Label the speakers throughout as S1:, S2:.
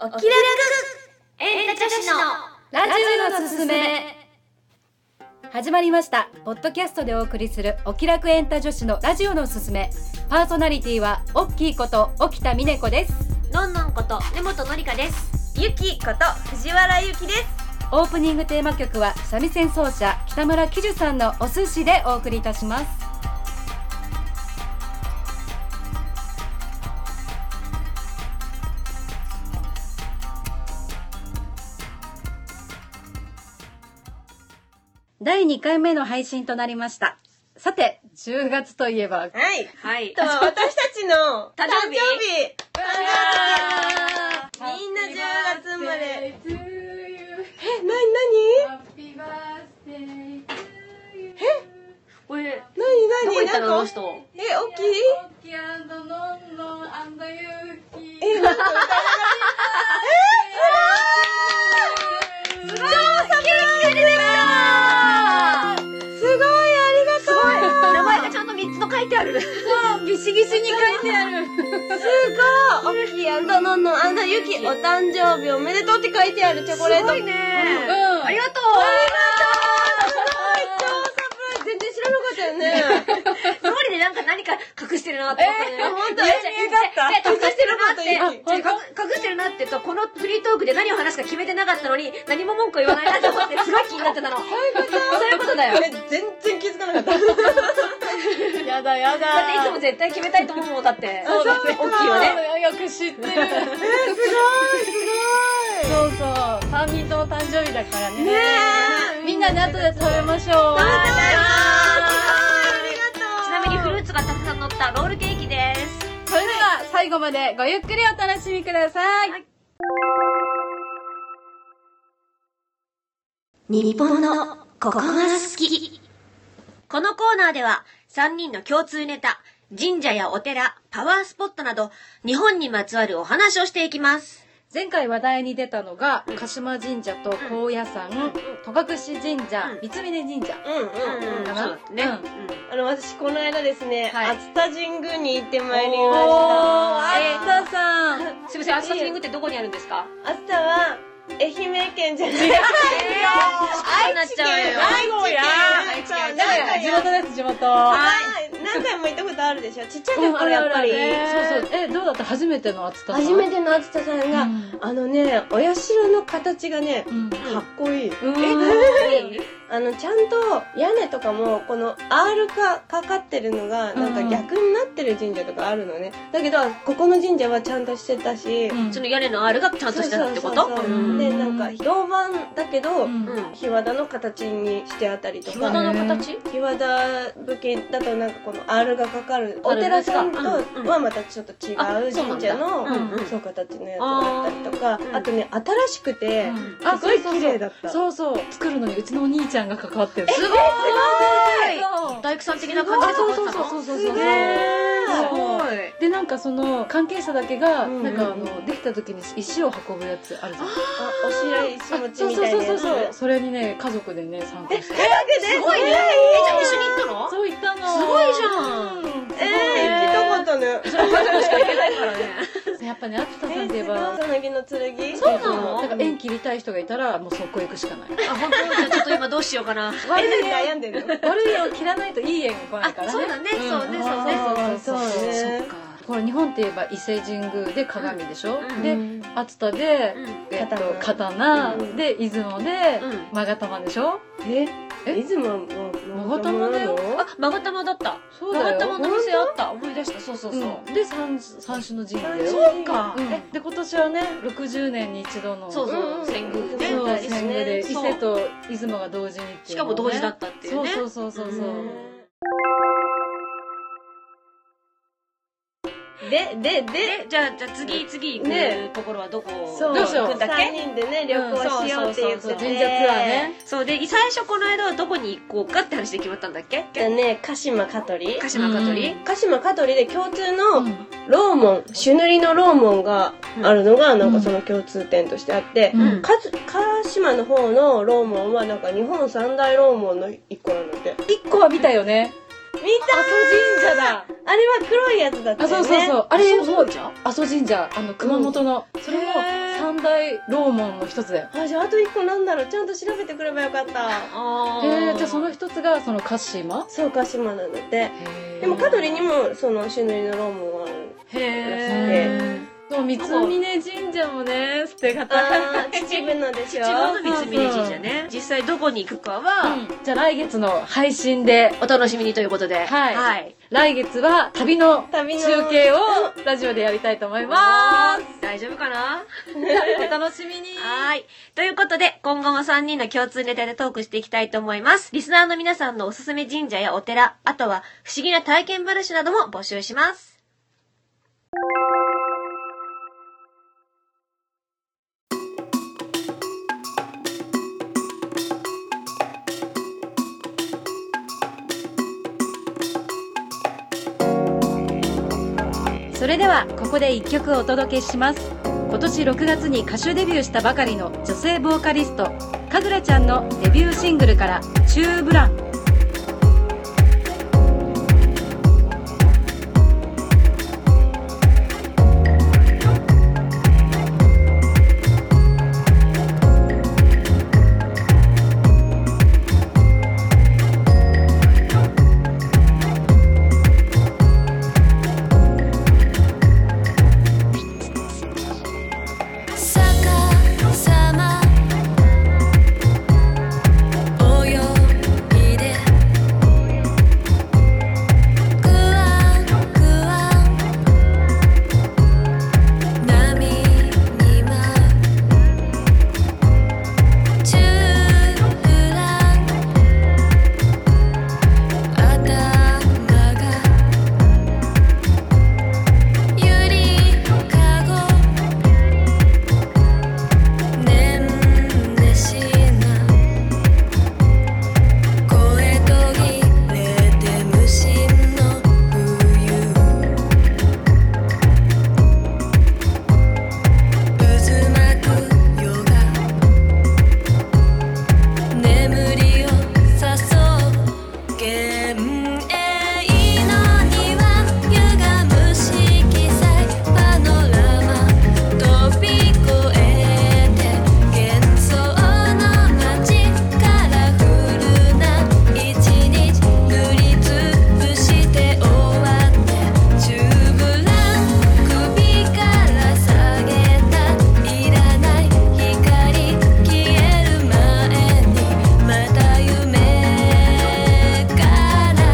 S1: おきらくエンタ女子の
S2: ラジオのすすめ始まりましたポッドキャストでお送りするお気楽エンタ女子のラジオのすすめパーソナリティはオッキーこと沖田美音子です
S1: のんのんこと根本のりかです
S3: ゆきこと藤原ゆきです
S2: オープニングテーマ曲は三味線奏者北村喜寿さんのお寿司でお送りいたします第2回目の配信となりましたさて10月といえば
S3: はい
S1: はい
S3: と私たちの 誕
S1: 誕生
S3: 生
S1: 日
S3: 日
S1: わ
S3: みんな10月生まれ
S4: to you.
S3: えなに
S4: Happy birthday to you.
S1: これ
S3: なにな
S1: どこ
S3: に
S1: 行っ
S3: な
S1: た
S3: ん
S1: の
S3: か
S1: この人
S3: え大きい
S4: Oki and Non Non and Yuki.
S3: えなんか歌わなかったえーうわーすごいサプライズ
S1: あー
S3: すごいありがとう
S1: 名前がちゃんと三つの書いてある
S2: ギシギシに書いてある
S3: すごいおきやんとのんのんあんなゆきお誕生日おめでとうって書いてあるチョコレートすごいね
S1: ありがと
S3: 全然知らなかったよね
S1: う通りでなんか何か隠してるなって思ったのよ
S3: 本当
S1: いや違う違う違う隠してる
S3: 隠してる
S1: な
S3: な
S1: っ
S3: ってて
S1: 違う隠してるなってとこのフリートークで何を話すか決めてなかったのに何も文句言わないなと思ってすごい気になってたのそういうことだよ
S3: こ
S1: だっ
S3: れ全然気づかなかった
S2: やだやだ
S1: ていつも絶対決めたいと思うもんだって
S3: そうだ
S1: 大きいよね
S2: よく知ってる
S3: えー、すごいすごい
S2: そうそう、三人とも誕生日だからね。
S3: ねえ
S2: みんなで後で食べましょう。
S3: あり
S1: ちなみにフルーツがたくさん乗ったロールケーキです
S2: それでは最後までごゆっくりお楽しみください。
S1: はい
S3: 日本のここが好き
S1: このコーナーでは3人の共通ネタ神社やお寺パワースポットなど日本にまつわるお話をしていきます
S2: 前回話題に出たのが、鹿島神社と高野山、戸隠神社
S1: うん、
S2: 三峯神社。
S3: うんうんうん
S1: そうだね、
S2: うん
S3: あの私この間ですね、
S2: はい
S3: 熱田神宮に行ってまいりま
S2: お
S3: した
S2: ー、あったさん。
S1: すいません、アスタスリングってどこにあるんですか
S3: 熱田は愛媛県じゃない
S1: なっちゃうよ
S3: 愛知県
S1: 愛知県愛知県
S3: だ
S2: だ
S3: か
S2: からら地元です、地元。
S3: はい何回も行ったことあるでしょちっちゃい
S2: うん
S3: 頃やっぱり、
S2: そうそう。え、どうだった初めての厚田さん。
S3: 初めての熱田さんが、
S2: うん
S3: あのねお社の形がね
S2: うん。
S3: かっこいい、
S2: うん
S3: あのちゃんと屋根とかもこの R かかかってるのがなんか逆になってる神社とかあるのね、だけどここの神社はちゃんとしてたし、
S2: うん
S1: その屋根の R がちゃんとしたってこと
S3: そうそうそう
S2: う
S3: でなんか銅板だけど、
S2: うん
S1: うん
S3: 日和田の形にしてあったりと
S1: ひ
S3: か
S1: わだの形
S3: 日和田武家だとなんかこの R がかかるお寺さんとはまたちょっと違う神社の
S1: うんうん
S3: そう形のやつだったりとか
S1: うん
S3: あとね新しくて
S2: うん
S3: すごい綺麗だった
S2: そうそう作るのにうちのお兄ちゃんが関わってる
S1: すごい
S2: そう
S1: 大工さん的な感じで
S2: そ
S1: そ
S2: うそううそうそううそう
S3: す
S2: そう
S3: げえ
S2: でなんかその関係者だけが、
S3: うん
S2: なんかあのできた時に石を運ぶやつあるじゃん
S3: あおしらい
S2: あ
S3: し
S2: そ
S3: 持
S2: う
S3: ちみ
S2: そう
S3: たい
S2: そう
S3: な
S2: そう
S3: やつ
S2: そうそれにね家族でね参加して
S3: えわけです
S1: すごいねえじゃあ一緒に行ったの
S2: そういったの
S1: すごいじゃん
S2: うんすごい
S3: えー、来たことね
S2: やっぱねあつたさん
S3: え
S2: といえ
S3: すご
S2: ば
S3: いさなぎの剣
S1: そうなの
S2: なんか縁切りたい人がいたらもうそこ行くしかない
S1: あ本当だちょっと今どうしようかな
S2: 悪
S3: え
S2: い
S3: 何
S2: 縁
S3: 悩んでるの
S2: 悪い縁を切らないといい縁が来ないから
S1: あ
S2: ね
S1: そうだね
S2: ん
S1: そうねそうね
S2: そう
S3: そう
S2: そう
S3: ね
S2: そっかこれ日本って言えば伊勢神宮で鏡でしょ、
S1: うん
S2: で熱田で、
S1: うん
S2: えっと、
S3: 刀
S2: 刀、
S3: うん
S2: で出雲で、
S1: うん
S2: 勾玉でしょ
S3: え
S2: え
S3: 出雲はもう
S2: 勾玉だよ
S1: あ、マガタマだった
S2: そ
S1: マガタマの店あった思い出したそうそうそう、
S2: うんで三三種の神社よ
S3: そう
S1: か
S2: うんで今年はね60年に一度の
S1: そうそう、
S3: うん
S1: 遷宮ね
S2: そう
S3: そうですね
S2: 遷宮で伊
S1: そう
S2: 勢と出雲が同時にって
S1: し
S2: いう
S1: か
S2: の
S1: も
S2: ね
S1: 同時だったっていうね
S2: そうそうそうそうそう
S1: うん
S3: ででで
S1: えじゃあじゃあ次次行
S3: ね
S1: くところはどこ
S2: そう
S1: ど
S2: どうしよう
S1: 行くんだっ
S3: 3
S1: け
S3: 人でね旅行しようっていうこと
S1: そうそう
S2: 神社
S3: で
S2: ツアーね
S1: そうで最初この間はどこに行こうかって話で決まったんだっけ
S3: じゃあね鹿島香取
S1: 鹿島香取、
S2: う
S3: 鹿島香取で共通
S2: う
S3: の
S2: ん
S3: ローモン朱塗りのローモンがあるのがなんかその共通点としてあって、
S2: うん
S3: かつ鹿島の方のローモンはなんか日本三大ローモンの一個なんだって見
S2: 一個は見たよね
S3: た
S2: 阿蘇神社だ
S3: あれは黒いやつだった
S2: あ
S3: よね
S2: そうそうそうあ
S1: あ
S2: れ
S1: れ
S2: も
S1: じゃ
S2: 阿蘇神社あの熊本のそれも
S1: へー
S2: 三大楼門の一つだよ
S3: あじゃああと一個なんだろうちゃんと調べてくればよかった
S1: あ
S2: へえじゃあその一つがその鹿島
S3: そう鹿島なんだってで
S2: で
S3: も香取にもその朱塗りのローモンはある
S1: へ
S3: へ
S1: え
S2: そう三峰神社もね捨て方
S3: あー秩父のでしょ
S1: 自分の三峯神社ね実際どこに行くかは、
S2: じゃあ来月の配信で
S1: お楽しみにということで
S2: はい
S1: はい、
S2: 来月は旅の
S3: 旅の
S2: 中継をラジオでやりたいと思いま
S1: 大丈夫かな
S2: すお楽しみに
S1: はい。ということで、今後も3人の共通ネタでトークしていきたいと思います。リスナーの皆さんのおすすめ神社やお寺、あとは不思議な体験話なども募集します。
S2: それではここで一曲お届けします今年6月に歌手デビューしたばかりの女性ボーカリストかぐらちゃんのデビューシングルから「チューブラン」
S5: 逆さま泳いでくわんくわん波に舞うチューラン頭がゆりかごねんねしな声途切れて無心の冬渦巻く夜が眠りを誘う幻影のには歪む色彩パノラマ飛び越えて幻想の街カラフルな一日塗りつぶして終わってチューブラン首から下げたいらない光消える前にまた夢から覚めた覚めた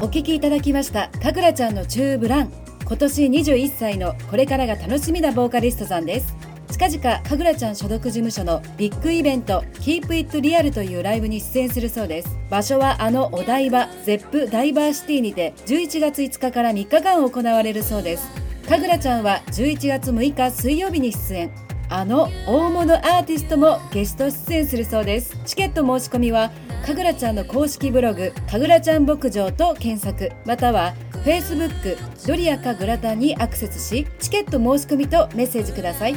S2: お聞きいただきましたかぐらちゃんのチューブラン今年21歳のこれからが楽しみなボーカリストさんです近々かぐらちゃん所属事務所のビッグイベント「Keep It Real」というライブに出演するそうです場所はあのお台場ゼップダイバーシティにて11月5日から3日間行われるそうですかぐらちゃんは11月6日水曜日に出演あの大物アーティストもゲスト出演するそうですチケット申し込みはかぐらちゃんの公式ブログ「かぐらちゃん牧場」と検索または Facebook「ドリアかグラタン」にアクセスしチケット申し込みとメッセージください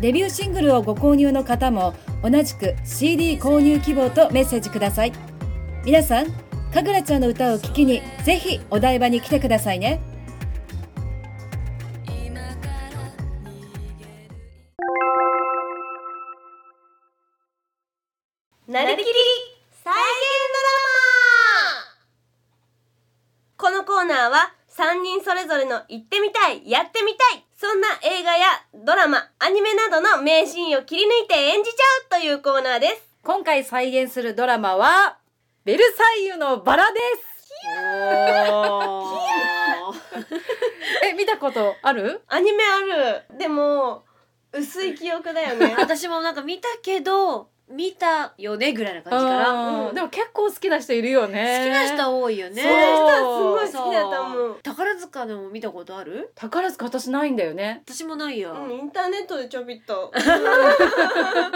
S2: デビューシングルをご購入の方も同じく CD 購入希望とメッセージください皆さんかぐらちゃんの歌を聴きにぜひお台場に来てくださいね
S1: なりきり
S3: 再現ドラマこのコーナーは3人それぞれの行ってみたい、やってみたい、そんな映画やドラマ、アニメなどの名シーンを切り抜いて演じちゃうというコーナーです。
S2: 今回再現するドラマは「ベルサイユのバラ」ですえ見たことある
S3: アニメある。でも、薄い記憶だよ ね。
S1: 私もなんか見たけど、見たよねぐらいな感じかな。
S2: うん
S1: うん
S2: でも結構好きな人いるよ
S1: 好
S2: ね
S1: きな人多いよ
S3: そういう
S1: ね。
S3: 人はすごい好きだと思う。
S1: 宝塚でも見たことある
S2: 宝塚私ないんだよね
S1: 私もないよ。
S3: うん、インターネットでちょびっと。
S1: それでは、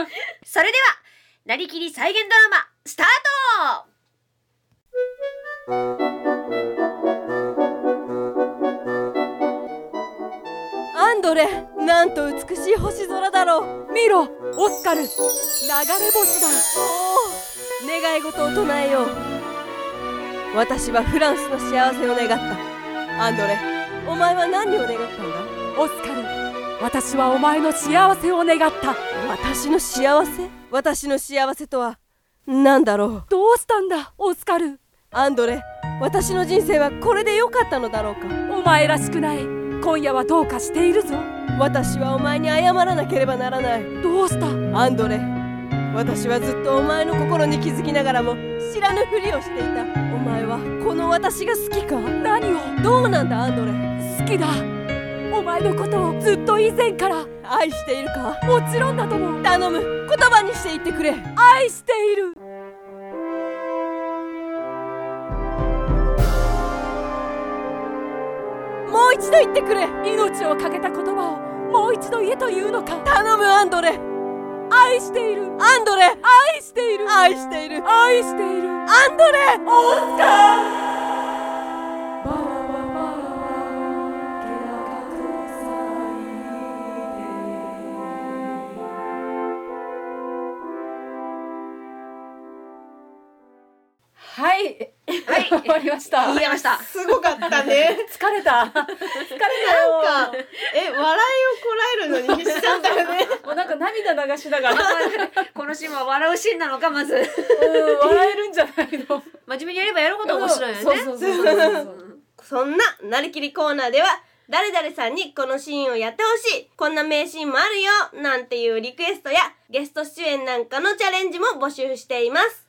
S1: なりきり再現ドラマ、スタート
S6: アンドレなんと美しい星空だろう見ろオスカル流れ星だおお願願い事を唱えよう私はフランスの幸せを願ったアンドレお前は何を願ったんだ
S7: オスカル私はお前の幸せを願った
S6: 私の幸せ私の幸せとは何だろう
S7: どうしたんだオスカル
S6: アンドレ私の人生はこれで良かったのだろうか
S7: お前らしくない今夜はどうかしているぞ
S6: 私はお前に謝らなければならない
S7: どうした
S6: アンドレ私はずっとお前の心に気づきながらも知らぬふりをしていたお前はこの私が好きか
S7: 何を
S6: どうなんだアンドレ
S7: 好きだお前のことをずっと以前から
S6: 愛しているか
S7: もちろんだとも
S6: 頼む言葉にして言ってくれ
S7: 愛している
S6: もう一度言ってくれ
S7: 命を懸けた言葉をもう一度言えというのか
S6: 頼むアンドレ
S7: 愛している
S6: アンドレ
S7: 愛している
S6: 愛している
S7: 愛している
S6: アンドレ
S7: オスカル
S2: はい、終わりました
S1: 言えました。
S3: すごかったね
S2: 疲れた疲れたよ
S3: なんかえ笑いをこらえるのに必死だったよね
S2: もうなんか涙流しながら
S1: このシーンは笑うシーンなのか、まず。
S2: うん笑えるんじゃないの
S1: 真面目にやればやるほど面白いよね。
S2: そうそうそうそうそう
S3: そんななりきりコーナーでは誰々さんにこのシーンをやってほしいこんな名シーンもあるよなんていうリクエストやゲスト出演なんかのチャレンジも募集しています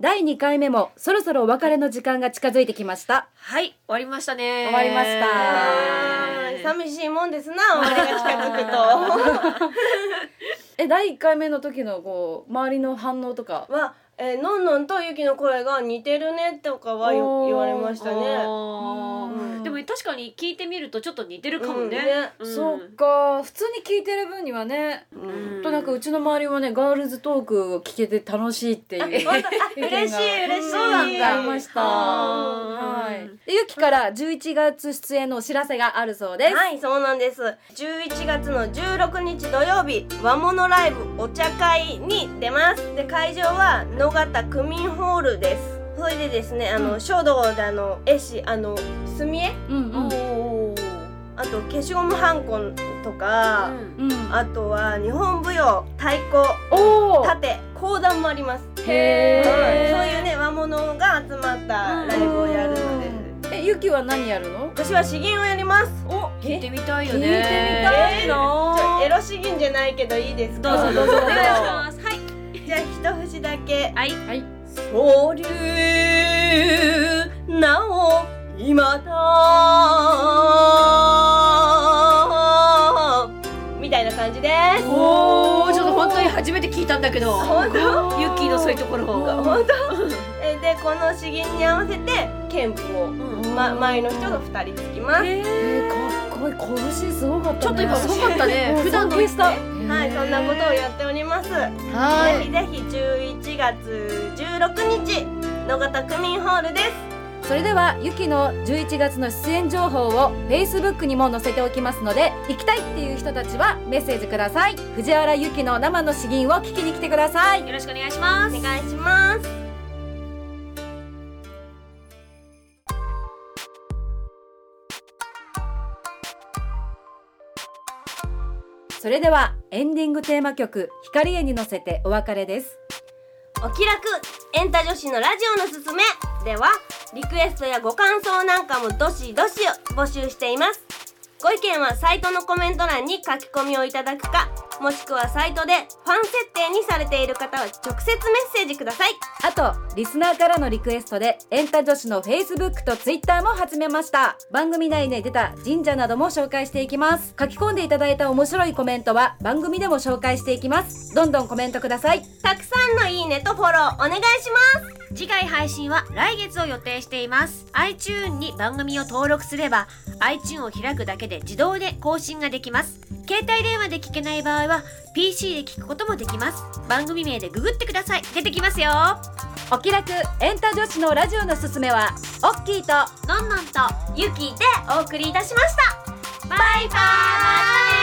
S2: 第2回目もそろそろお別れの時間が近づいてきました
S1: はい、終わりましたね。
S2: 終わりました
S3: はい寂しいもんですな終わりが近づくと
S2: え第1回目の時のこう周りの反応と か
S3: は、えーのんのんとゆきの声が似てるねとかは
S2: お
S3: よ
S2: ー
S3: 言われましたね
S1: あー
S2: うん
S1: でも確かに聞いてみるとちょっと似てるかも
S3: うん
S1: ね。
S3: ね
S1: うん
S2: そうか普通に聞いてる分にはね、
S3: う
S1: うんん
S2: となんかうちの周りはねガールズトークを聞けて楽しい っていう意見が
S3: 本当あ嬉しい嬉しい
S2: そうなんだありました
S1: は
S2: はいいでゆきから11月出演のお知らせがあるそうです、
S3: はいそうなんです11月の16日土曜日和物ライブお茶会に出ますで会場は野方区民ホールですそれでですねあの、書道であの絵師あの墨絵
S2: うんうん
S3: あと消しゴムはんことか、
S2: うん
S3: あとは日本舞踊太鼓
S2: おー
S3: 盾講談もあります
S2: へ
S3: はい
S2: え、
S3: そういうね和物が集まったライブをやるので
S2: えゆきは何やるの
S3: 私は詩吟をやります
S2: お
S1: 聞いてみたい
S2: 聞
S1: よ
S2: いてみ
S1: ね。
S2: たい
S3: ちょエ
S2: な
S3: ロ詩吟じゃないけどいいです
S1: どうぞ
S3: か
S1: どうぞお願いします。はい。
S3: じゃあ一節だけ
S1: はい。
S3: 総流なお今だみたいな感じです
S1: おお、ちょっと本当に初めて聞いたんだけど。
S3: 本当
S1: ユッキーのそういうところ
S3: 本当えでこの詩吟に合わせて剣譜を、ま、前の人が2人つきます
S1: えー
S2: えー、かっこいい拳すごかったね
S1: ちょっと今すごかったね。普段の
S2: でした
S3: はい、そんなことをやっております。ぜ
S2: はい
S3: ひぜひ11月16日、野方区民ホールです。
S2: それではゆきの11月の出演情報を Facebook にも載せておきますので行きたいっていう人たちはメッセージください藤原ゆきの生の詩吟を聞きに来てください
S1: よろしくお願いしま
S3: お
S1: す。
S3: 願いします。
S2: それではエンディングテーマ曲光絵に乗せてお別れです
S3: お気楽、エンタ女子のラジオのすすめでは、リクエストやご感想なんかもどしどしを募集しています。ご意見はサイトのコメント欄に書き込みをいただくか、もしくはサイトでファン設定にされている方は直接メッセージください。
S2: あとリスナーからのリクエストでエンタ女子の Facebook と Twitter も始めました番組内で出た神社なども紹介していきます書き込んでいただいた面白いコメントは番組でも紹介していきますどんどんコメントください
S3: たくさんのいいねとフォローお願いします。
S1: 次回配信は来月を予定しています iTune に番組を登録すれば iTune を開くだけで自動で更新ができます携帯電話で聞けない場合は PC で聞くこともできます番組名でググってください出てきますよ
S2: お気楽エンタ女子のラジオのすすめはオッキーと
S1: のんのんと
S3: ゆきでお送りいたしました。
S1: バイバ
S3: バイバイ